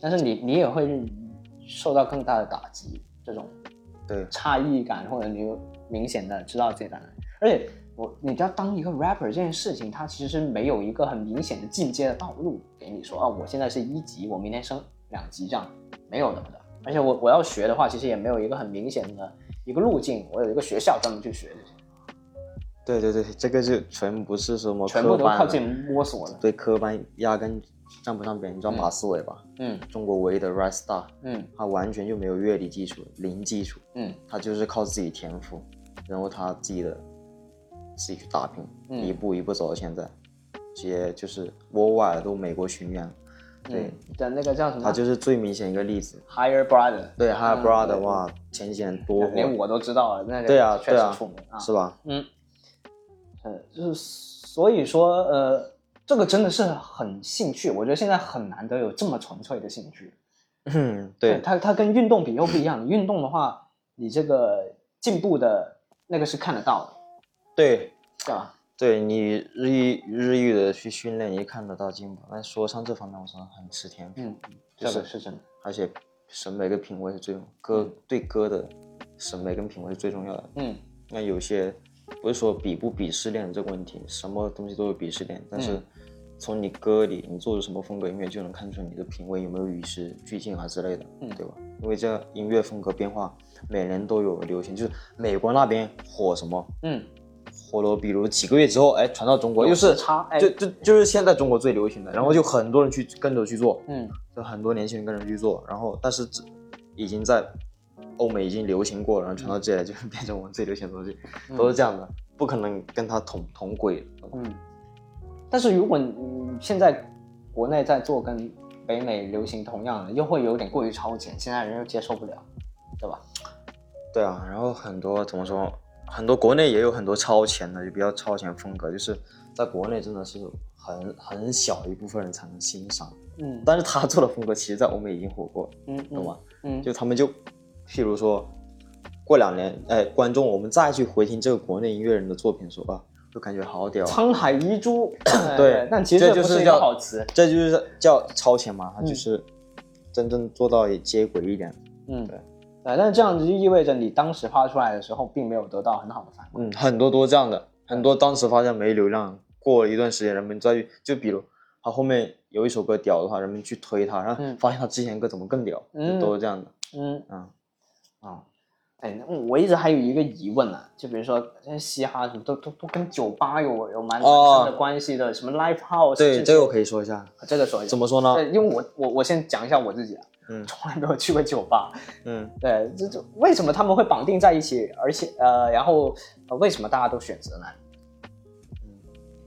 S1: 但是你你也会受到更大的打击，这种
S2: 对，
S1: 差异感，或者你有明显的知道自己在哪里。而且我，你知道，当一个 rapper 这件事情，它其实是没有一个很明显的进阶的道路给你说啊，我现在是一级，我明天升两级这样，没有的的。而且我我要学的话，其实也没有一个很明显的一个路径，我有一个学校专门去学这些，
S2: 对对对，这个就全不是什么
S1: 全
S2: 科
S1: 部都
S2: 班
S1: 靠
S2: 了
S1: 自己摸索的。
S2: 对科班压根站不上边，你知道
S1: 嗯
S2: 马思唯吧？
S1: 嗯
S2: 中国唯一的 rap star，
S1: 嗯
S2: 他完全就没有乐理基础，零基础，
S1: 嗯
S2: 他就是靠自己天赋，然后他自己的自己去打拼，
S1: 嗯
S2: 一步一步走到现在，直接就是 worldwide 都美国巡演，对
S1: 嗯，的那个叫什么？
S2: 他就是最明显一个例子。
S1: Higher Brother，
S2: 对，还有
S1: 嗯
S2: Brother，
S1: 对
S2: 哇，前几年多
S1: 连
S2: 火，
S1: 我都知道了，那个
S2: 对啊
S1: 确
S2: 对
S1: 实
S2: 啊
S1: 出名啊，
S2: 是吧？
S1: 嗯，呃，就是所以说，呃，这个真的是很兴趣，我觉得现在很难得有这么纯粹的兴趣。
S2: 嗯，对，
S1: 它它跟运动比又不一样，你运动的话，你这个进步的那个是看得到的，
S2: 对，
S1: 对吧？
S2: 对你日益日益的去训练，你看得到进步。但说唱这方面，我真的很吃天赋，
S1: 嗯，
S2: 就
S1: 这
S2: 是
S1: 个是真的。
S2: 而且审美跟品味是最重歌、对歌的审美跟品味是最重要的。
S1: 嗯
S2: 那有些不是说鄙不鄙视链这个问题，什么东西都有鄙视链，但是
S1: 嗯
S2: 从你歌里你做的什么风格音乐，就能看出你的品味有没有与时俱进啊之类的，
S1: 嗯
S2: 对吧？因为这音乐风格变化，每年都有流行，就是美国那边火什么。
S1: 嗯，
S2: 火了，比如几个月之后，哎，传到中国，
S1: 有
S2: 又
S1: 时
S2: 是
S1: 差哎
S2: 就就就是现在中国最流行的，然后就很多人去跟着去做，
S1: 嗯，
S2: 就很多年轻人跟着去做，然后但是只已经在欧美已经流行过了，然后传到这里来就变成我们最流行的东西，都是这样的，不可能跟它同同轨的。
S1: 嗯，但是如果你你现在国内在做跟北美流行同样的，又会有点过于超前，现在人又接受不了，对吧？
S2: 对啊，然后很多怎么说，很多国内也有很多超前的，就比较超前风格，就是在国内真的是很很小一部分人才能欣赏，
S1: 嗯
S2: 但是他做的风格其实在欧美已经火过了，
S1: 嗯，
S2: 懂吗？
S1: 嗯？嗯，
S2: 就他们就，譬如说，过两年，哎，观众我们再去回听这个国内音乐人的作品的时候啊，就感觉好屌、啊。
S1: 沧海遗珠， 哎
S2: 对
S1: 但其实
S2: 这
S1: 不
S2: 就是
S1: 一个
S2: 叫
S1: 好词。
S2: 这就是叫超前嘛，他
S1: 嗯
S2: 就是真正做到接轨一点。
S1: 嗯，
S2: 对
S1: 呃，但是这样子就意味着你当时发出来的时候，并没有得到很好的反馈。
S2: 嗯，很多都这样的，很多当时发现没流量，过了一段时间，人们再去，就比如他后面有一首歌屌的话，人们去推他，然后
S1: 嗯
S2: 发现他之前的歌怎么更屌，
S1: 嗯
S2: 就都是这样的。
S1: 嗯
S2: 嗯，
S1: 啊、哎，那我一直还有一个疑问啊，就比如说像嘻哈什么，都都都跟酒吧有有蛮蛮
S2: 哦
S1: 深的关系的，什么 live house
S2: 对，
S1: 些
S2: 这个我可以说一下，
S1: 这个说一下
S2: 怎。么说呢？
S1: 对，因为我我我先讲一下我自己啊，
S2: 嗯
S1: 从来没有去过酒吧，
S2: 嗯，
S1: 对，这这为什么他们会绑定在一起，而且呃，然后、呃、为什么大家都选择呢？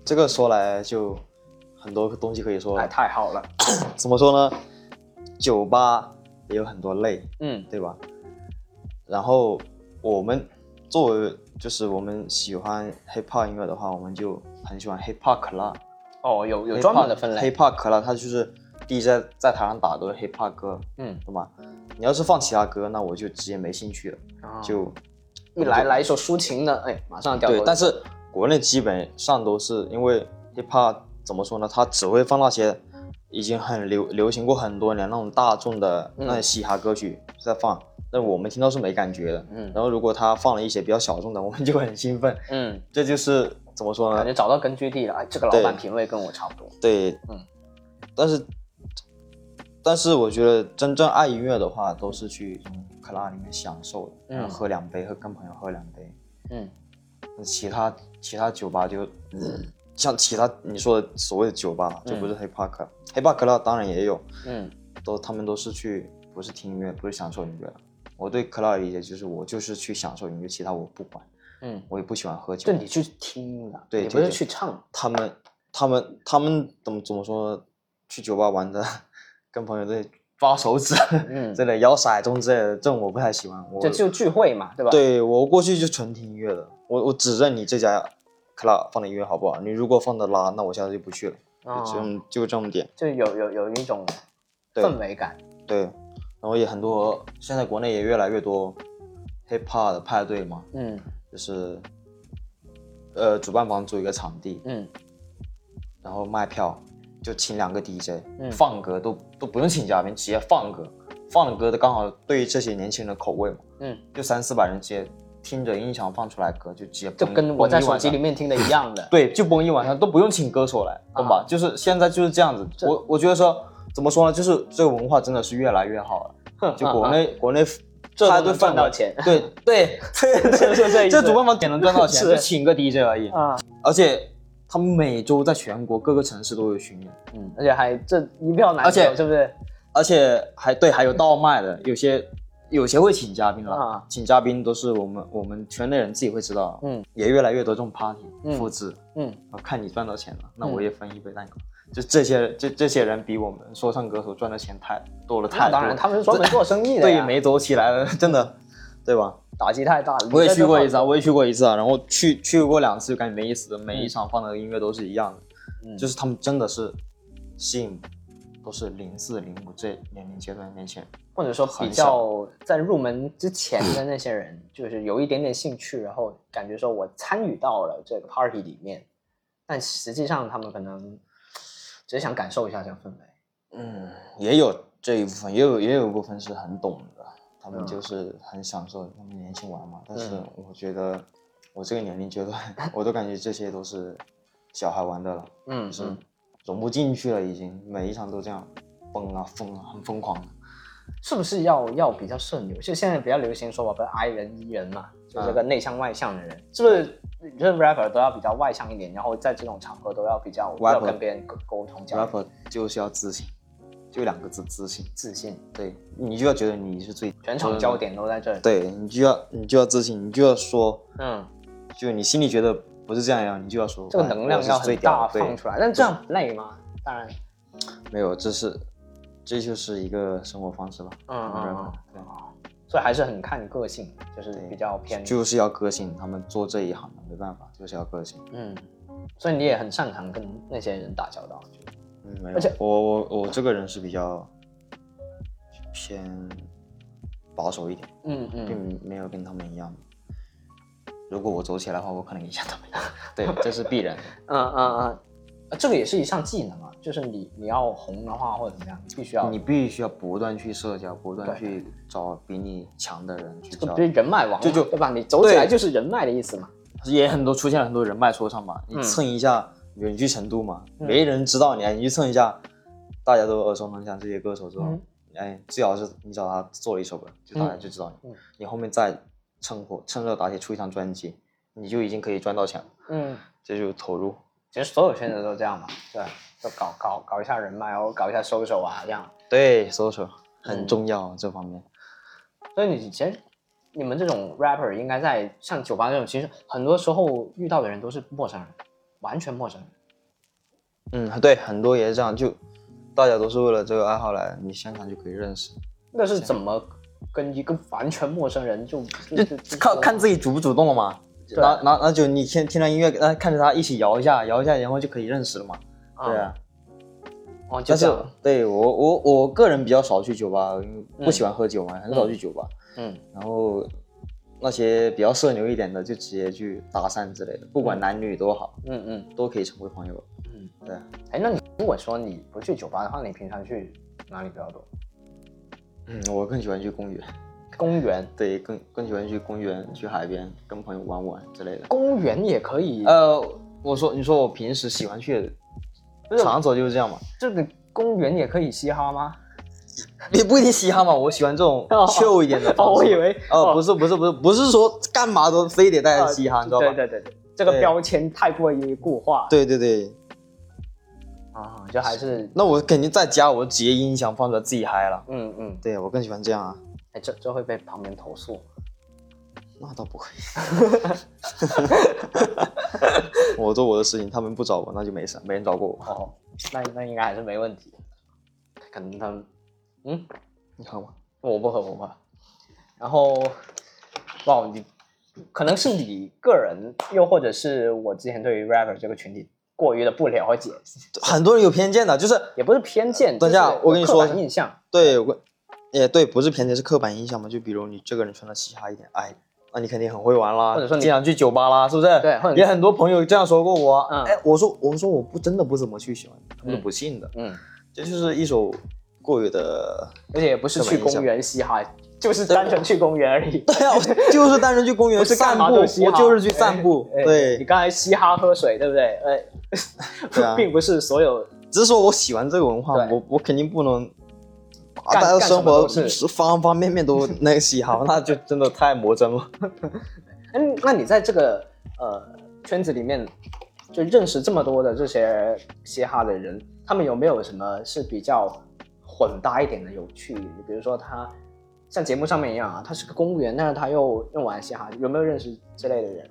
S2: 这个说来就很多东西可以说了
S1: 哎，。太好了，
S2: 怎么说呢？酒吧也有很多类，
S1: 嗯
S2: 对吧？然后我们作为就是我们喜欢 hip hop 音乐的话，我们就很喜欢 hip hop club，
S1: 哦，有有专门的分
S2: hip
S1: 类，
S2: hop club 它就是 DJ 在台上打的都是 hip hop 歌，
S1: 嗯，
S2: 对吧？你要是放其他歌，那我就直接没兴趣了，
S1: 哦
S2: 就
S1: 一来来一首抒情的，哎，马上掉头。
S2: 对。但是国内基本上都是因为 hip hop 怎么说呢？它只会放那些已经很流流行过很多年那种大众的
S1: 嗯
S2: 那些嘻哈歌曲在放，那、我们听到是没感觉的。
S1: 嗯
S2: 然后如果他放了一些比较小众的，我们就很兴奋。
S1: 嗯，
S2: 这就是怎么说
S1: 感
S2: 呢？
S1: 觉找到根据地了，哎，这个老板品味跟我差不多。
S2: 对，
S1: 嗯。
S2: 但是，但是我觉得真正爱音乐的话，都是去克拉里面享受的，
S1: 嗯
S2: 然后喝两杯，和跟朋友喝两杯。
S1: 嗯
S2: 其他其他酒吧就、像其他你说的所谓的酒吧，
S1: 嗯
S2: 就不是 hip hop club、hip hop club 当然也有，
S1: 嗯
S2: 都他们都是去不是听音乐，不是享受音乐的。我对 club 的理解就是我就是去享受音乐，其他我不管，
S1: 嗯，
S2: 我也不喜欢喝酒
S1: 就。你去听的，
S2: 对
S1: 你
S2: 对
S1: 不是
S2: 对
S1: 去唱。
S2: 他们他们他们怎么怎么说呢？去酒吧玩的，跟朋友在抓手指
S1: 嗯，
S2: 之类、摇骰盅之类的，这种我不太喜欢。我
S1: 这就聚会嘛，对吧？，
S2: 对我过去就纯听音乐的，我我只认你这家 club 放的音乐好不好？你如果放的拉，那我下次就不去了。
S1: 啊、
S2: 就这么就这么点，
S1: 就有有有一种
S2: 对
S1: 氛围感。
S2: 对。然后也很多，现在国内也越来越多 hip hop 的派对嘛，
S1: 嗯
S2: 就是呃主办方租一个场地，
S1: 嗯
S2: 然后卖票，就请两个 DJ，、
S1: 嗯
S2: 放歌都都不用请嘉宾，直接放歌，放的歌都刚好对于这些年轻人的口味嘛，
S1: 嗯，
S2: 就三四百人直接听着音响放出来歌，就直接
S1: 就
S2: 崩
S1: 跟我在
S2: 崩一
S1: 手
S2: 晚
S1: 机
S2: 上
S1: 里面听的一样的。
S2: 对，就崩一晚上都不用请歌手来，懂吧？就是现在就是这样子，
S1: 啊这
S2: 我我觉得说怎么说呢，就是这个文化真的是越来越好了。 就国内国内
S1: 这都啊
S2: 派对
S1: 能赚
S2: 氛围
S1: 到钱
S2: 对 对对
S1: 是是这意思
S2: 对，这主办方点能赚到钱，
S1: 是
S2: 就请个 DJ 而已。
S1: 啊，
S2: 而且他们每周在全国各个城市都有巡演，嗯，
S1: 而且还这一票难
S2: 而且
S1: 求，是不是？
S2: 而且还对，还有倒卖的，有些有些会请嘉宾了，
S1: 啊
S2: 请嘉宾都是我们我们圈内人自己会知道，
S1: 嗯，
S2: 也越来越多这种 party
S1: 嗯
S2: 复制，
S1: 嗯，
S2: 我看你赚到钱了，那
S1: 嗯
S2: 我也分一杯蛋糕。就这些这这些人比我们说唱歌手赚的钱太多了
S1: 那
S2: 太多了，
S1: 当然，他们是专门做生意的
S2: 对于
S1: 呀
S2: 没走 起来了，真的，对吧？
S1: 打击太大了。
S2: 我也
S1: 你在
S2: 去
S1: 这
S2: 过
S1: 放
S2: 一次啊，我也去过一次啊，然后去去过两次，就感觉没意思，每一场放的音乐都是一样的，
S1: 嗯
S2: 就是他们真的是吸引都是零四零五这年龄阶段的年轻人，
S1: 或者说比
S2: 很少
S1: 较在入门之前的那些人，就是有一点点兴趣，然后感觉说我参与到了这个 party 里面，但实际上他们可能只是想感受一下这个氛围。
S2: 嗯，也有这一部分，也有也有一部分是很懂的，他们
S1: 嗯
S2: 就是很享受他们年轻玩嘛，但
S1: 嗯
S2: 是我觉得我这个年龄阶段， 我都感觉这些都是小孩玩的了，
S1: 嗯
S2: 就是
S1: 嗯，
S2: 融不进去了，已经每一场都这样疯啊疯啊，很疯狂的。
S1: 是不是要要比较社牛？就现在比较流行说我不是 I 人 E 人嘛，
S2: 嗯
S1: 就这个内向外向的人，是不是？任 rapper 都要比较外向一点，然后在这种场合都要比较要
S2: Rapper
S1: 跟别人沟沟通，交流
S2: rapper 就是要自信，就两个字自信。
S1: 自信，
S2: 对你就要觉得你是最
S1: 全场焦。点都在这里。，
S2: 对你就要你就要自信，你就要说，
S1: 嗯，
S2: 就你心里觉得不是这样样，你就要说
S1: 这个能量
S2: 我是
S1: 要
S2: 最
S1: 很
S2: 屌
S1: 大
S2: 的
S1: 放出来，但这样不累吗？当然，
S2: 对，没有，这是这就是一个生活方式吧。
S1: 嗯嗯嗯
S2: 嗯
S1: 所以还是很看个性，就是
S2: 对
S1: 比较偏
S2: 对，就是要个性，他们做这一行的没办法，就是要个性。
S1: 嗯，所以你也很擅长跟那些人打交道，我觉得
S2: 嗯，没有
S1: 而且，
S2: 我我我这个人是比较偏保守一点。
S1: 嗯嗯，
S2: 并没有跟他们一样。如果我走起来的话，我可能影响他们。 对，这是必然的。
S1: 嗯嗯嗯，呃这个也是一项技能啊，就是你你要红的话或者怎么样，你必须要
S2: 你必须要不断去社交，不断
S1: 对
S2: 去找比你强的人去
S1: 这
S2: 交
S1: 不。是人脉网嘛，
S2: 就就
S1: 对吧？你走起来
S2: 对
S1: 就是人脉的意思嘛，
S2: 也很多出现了很多人脉说唱嘛，你
S1: 嗯
S2: 蹭一下，比如你去成都嘛，
S1: 嗯
S2: 没人知道你，你去蹭一下，大家都耳熟能详这些歌手之后
S1: 嗯，
S2: 哎，最好是你找他做了一首歌，就大家就知道你
S1: 嗯嗯。
S2: 你后面再趁火趁热打铁出一张专辑，你就已经可以赚到钱了，
S1: 嗯，
S2: 这就是投入。
S1: 其实所有圈子都这样嘛，对，就搞搞搞一下人脉，然后搞一下收手啊这样，
S2: 对，social
S1: 嗯
S2: 很重要、这方面。
S1: 所以你其实你们这种 rapper 应该在像酒吧这种，其实很多时候遇到的人都是陌生人，完全陌生人，
S2: 嗯，对，很多也是这样，就大家都是为了这个爱好来，你现场就可以认识，
S1: 那是怎么跟一个完全陌生人就就就就
S2: 看看自己主不主动了嘛。
S1: 对
S2: 那那那就你听听着音乐，那看着他一起摇一下，摇一下，然后就可以认识了嘛。对啊，
S1: 哦，就
S2: 但
S1: 是
S2: 是对我我我个人比较少去酒吧，因为不喜欢喝酒嘛，很少
S1: 嗯
S2: 去酒吧。
S1: 嗯
S2: 然后那些比较社牛一点的，就直接去搭讪之类的，不管男女都好，
S1: 嗯嗯
S2: 都可以成为朋友。
S1: 嗯，
S2: 对啊，
S1: 哎，那你如果说你不去酒吧的话，你平常去哪里比较多？
S2: 嗯，我更喜欢去公园。
S1: 公园，
S2: 对，更更喜欢去公园、去海边跟朋友玩玩之类的。
S1: 公园也可以，
S2: 呃，我说，你说我平时喜欢去的，场所就是这样嘛，
S1: 这个公园也可以嘻哈吗？
S2: 也不一定嘻哈嘛，我喜欢这种
S1: 哦
S2: chill 一点的场所。
S1: 哦我以为哦
S2: 哦，
S1: 呃
S2: 不是不是不是不是说干嘛都非得带着嘻哈，你知道吧？
S1: 对对对对，这个
S2: 对
S1: 标签太过于固化。
S2: 对对对，
S1: 啊，就还是
S2: 那我肯定在家，我直接音响放出来自己嗨了。
S1: 嗯嗯，
S2: 对我更喜欢这样啊，
S1: 哎，这这会被旁边投诉。
S2: 那倒不 会， 我做我的事情，他们不找我，那就没事，没人找过我。
S1: 哦，那那应该还是没问题。可能他们，嗯，
S2: 你好吗？
S1: 我不喝，我不喝。然后，哇，你可能是你个人，又或者是我之前对于 rapper 这个群体过于的不了解，
S2: 很多人有偏见的，就是
S1: 也不是偏见。
S2: 等一下
S1: 就是
S2: 我跟你
S1: 刻
S2: 说
S1: 板印象，
S2: 对我，也对，不是偏见，是刻板印象嘛。就比如你这个人穿的嘻哈一点，哎，那你肯定很会玩啦，
S1: 或者说你
S2: 经常去酒吧啦，是不是？
S1: 对或者
S2: 也很多朋友这样说过我。
S1: 嗯
S2: 哎，我说我说我不真的不怎么去喜欢，他们都不信的。
S1: 嗯，
S2: 这就是一首过于的，
S1: 而且也不是去
S2: 刻板印象
S1: 公园嘻哈，就是单纯去公园而已。
S2: 对啊，我就是单纯去公园
S1: 不是干
S2: 散
S1: 嘛
S2: 步，
S1: 都嘻哈
S2: 我就是去散步。
S1: 哎你
S2: 对，
S1: 刚才嘻哈喝水，对不对？哎，
S2: 对啊
S1: 并不是所有
S2: 只是说我喜欢这个文化，
S1: 对
S2: 我我肯定不能。把
S1: 干
S2: 大家
S1: 干什么
S2: 生活
S1: 都是
S2: 方方面面 都那个嘻哈，那就真的太魔怔了。
S1: 嗯，那你在这个呃圈子里面，就认识这么多的这些嘻哈的人，他们有没有什么是比较混搭一点的有趣？比如说他像节目上面一样啊，他是个公务员，但是他又又玩嘻哈，有没有认识之类的人？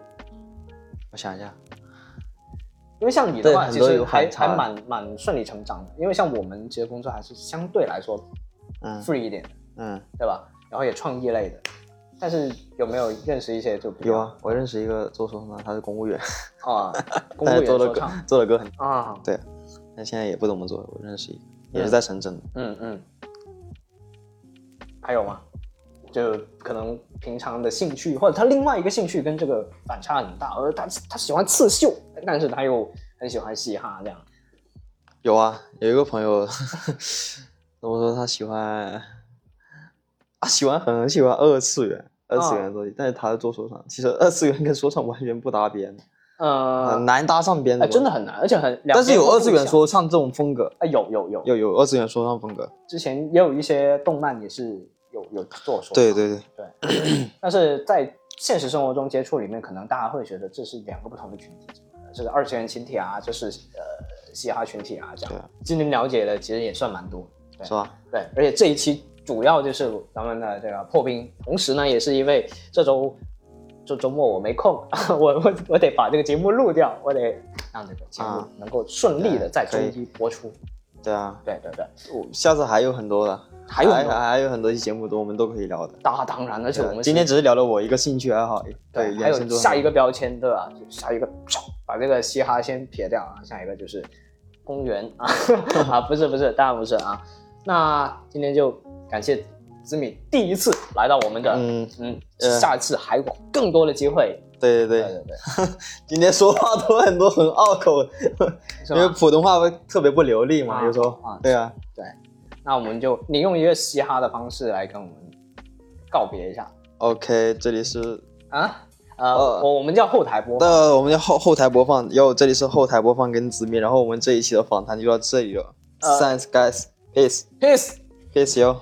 S2: 我想一下，
S1: 因为像你的
S2: 对
S1: 话，
S2: 很
S1: 其
S2: 多
S1: 实
S2: 有
S1: 还
S2: 反差
S1: 还蛮蛮顺理成章的，因为像我们其实工作还是相对来说
S2: 嗯
S1: free 一点的，
S2: 嗯，
S1: 对吧？然后也创意类的，但是有没有认识一些就比较
S2: 有啊，我认识一个做说唱的，他是公务员，
S1: 啊，公务
S2: 但是
S1: 员
S2: 做的
S1: 说
S2: 歌
S1: 唱
S2: 做的歌很，
S1: 啊，
S2: 但现在也不怎么做。我认识一个，也是在深圳的，
S1: 嗯嗯，还有吗？就可能平常的兴趣，或者他另外一个兴趣跟这个反差很大，而他他喜欢刺绣，但是他又很喜欢嘻哈这样。
S2: 有啊，有一个朋友， 跟我说他喜欢，啊，喜欢很喜欢二次元，二次元
S1: 啊
S2: 的东西，但是他是做说唱，其实二次元跟说唱完全不搭边，很
S1: 呃，
S2: 难搭上边
S1: 哎，
S2: 的，
S1: 真的，很难，而且很，两
S2: 但是
S1: 边
S2: 有
S1: 都
S2: 二
S1: 不
S2: 次元
S1: 想，
S2: 说唱这种风格，
S1: 哎，有有有，
S2: 有有二次元说唱风格，
S1: 之前也有一些动漫也是有有做说，
S2: 对对对，
S1: 对， 但是在现实生活中接触里面，可能大家会觉得这是两个不同的群体，呃这是二次元群体啊，这是呃嘻哈群体啊，这
S2: 对
S1: 样。今天了解的其实也算蛮多的，对
S2: 是吧？
S1: 对，而且这一期主要就是咱们的这个破冰，同时呢，也是因为这周这周末我没空， 我我我得把这个节目录掉，我得让这个节目
S2: 啊
S1: 能够顺利的在周
S2: 可以
S1: 一播出。
S2: 对啊，
S1: 对对对，
S2: 我下次还有很多的，
S1: 还有很多
S2: 还还有很多期节目都我们都可以聊的。
S1: 当当然，而且我们是
S2: 今天只是聊了我一个兴趣爱好，
S1: 对，还
S2: 延
S1: 有
S2: 伸出
S1: 下一
S2: 很
S1: 个标签，对吧？就下一个，唰把这个嘻哈先撇掉啊，下一个就是公园啊 啊，不是不是，当然不是啊。那今天就感谢子敏第一次来到我们
S2: 多
S1: 的，嗯
S2: 嗯，
S1: 嗯，
S2: 呃
S1: 下次还有更多的机会，
S2: 对对
S1: 对
S2: 对，
S1: 对对，
S2: 今天说话都很多很拗口，
S1: 是
S2: 因为
S1: 吧？
S2: 普通话特别不流利嘛，
S1: 啊
S2: 有时
S1: 啊
S2: 候。对啊，
S1: 那我们就你用一个嘻哈的方式来跟我们告别一下
S2: OK，这里是
S1: 啊。呃，
S2: 呃
S1: 我我们叫后台播，
S2: 那我们要后后台播放，哟，这里是后台播放跟子密，然后我们这一期的访谈就到这里了。
S1: 呃
S2: Thanks guys, peace,
S1: peace。
S2: peace 哟。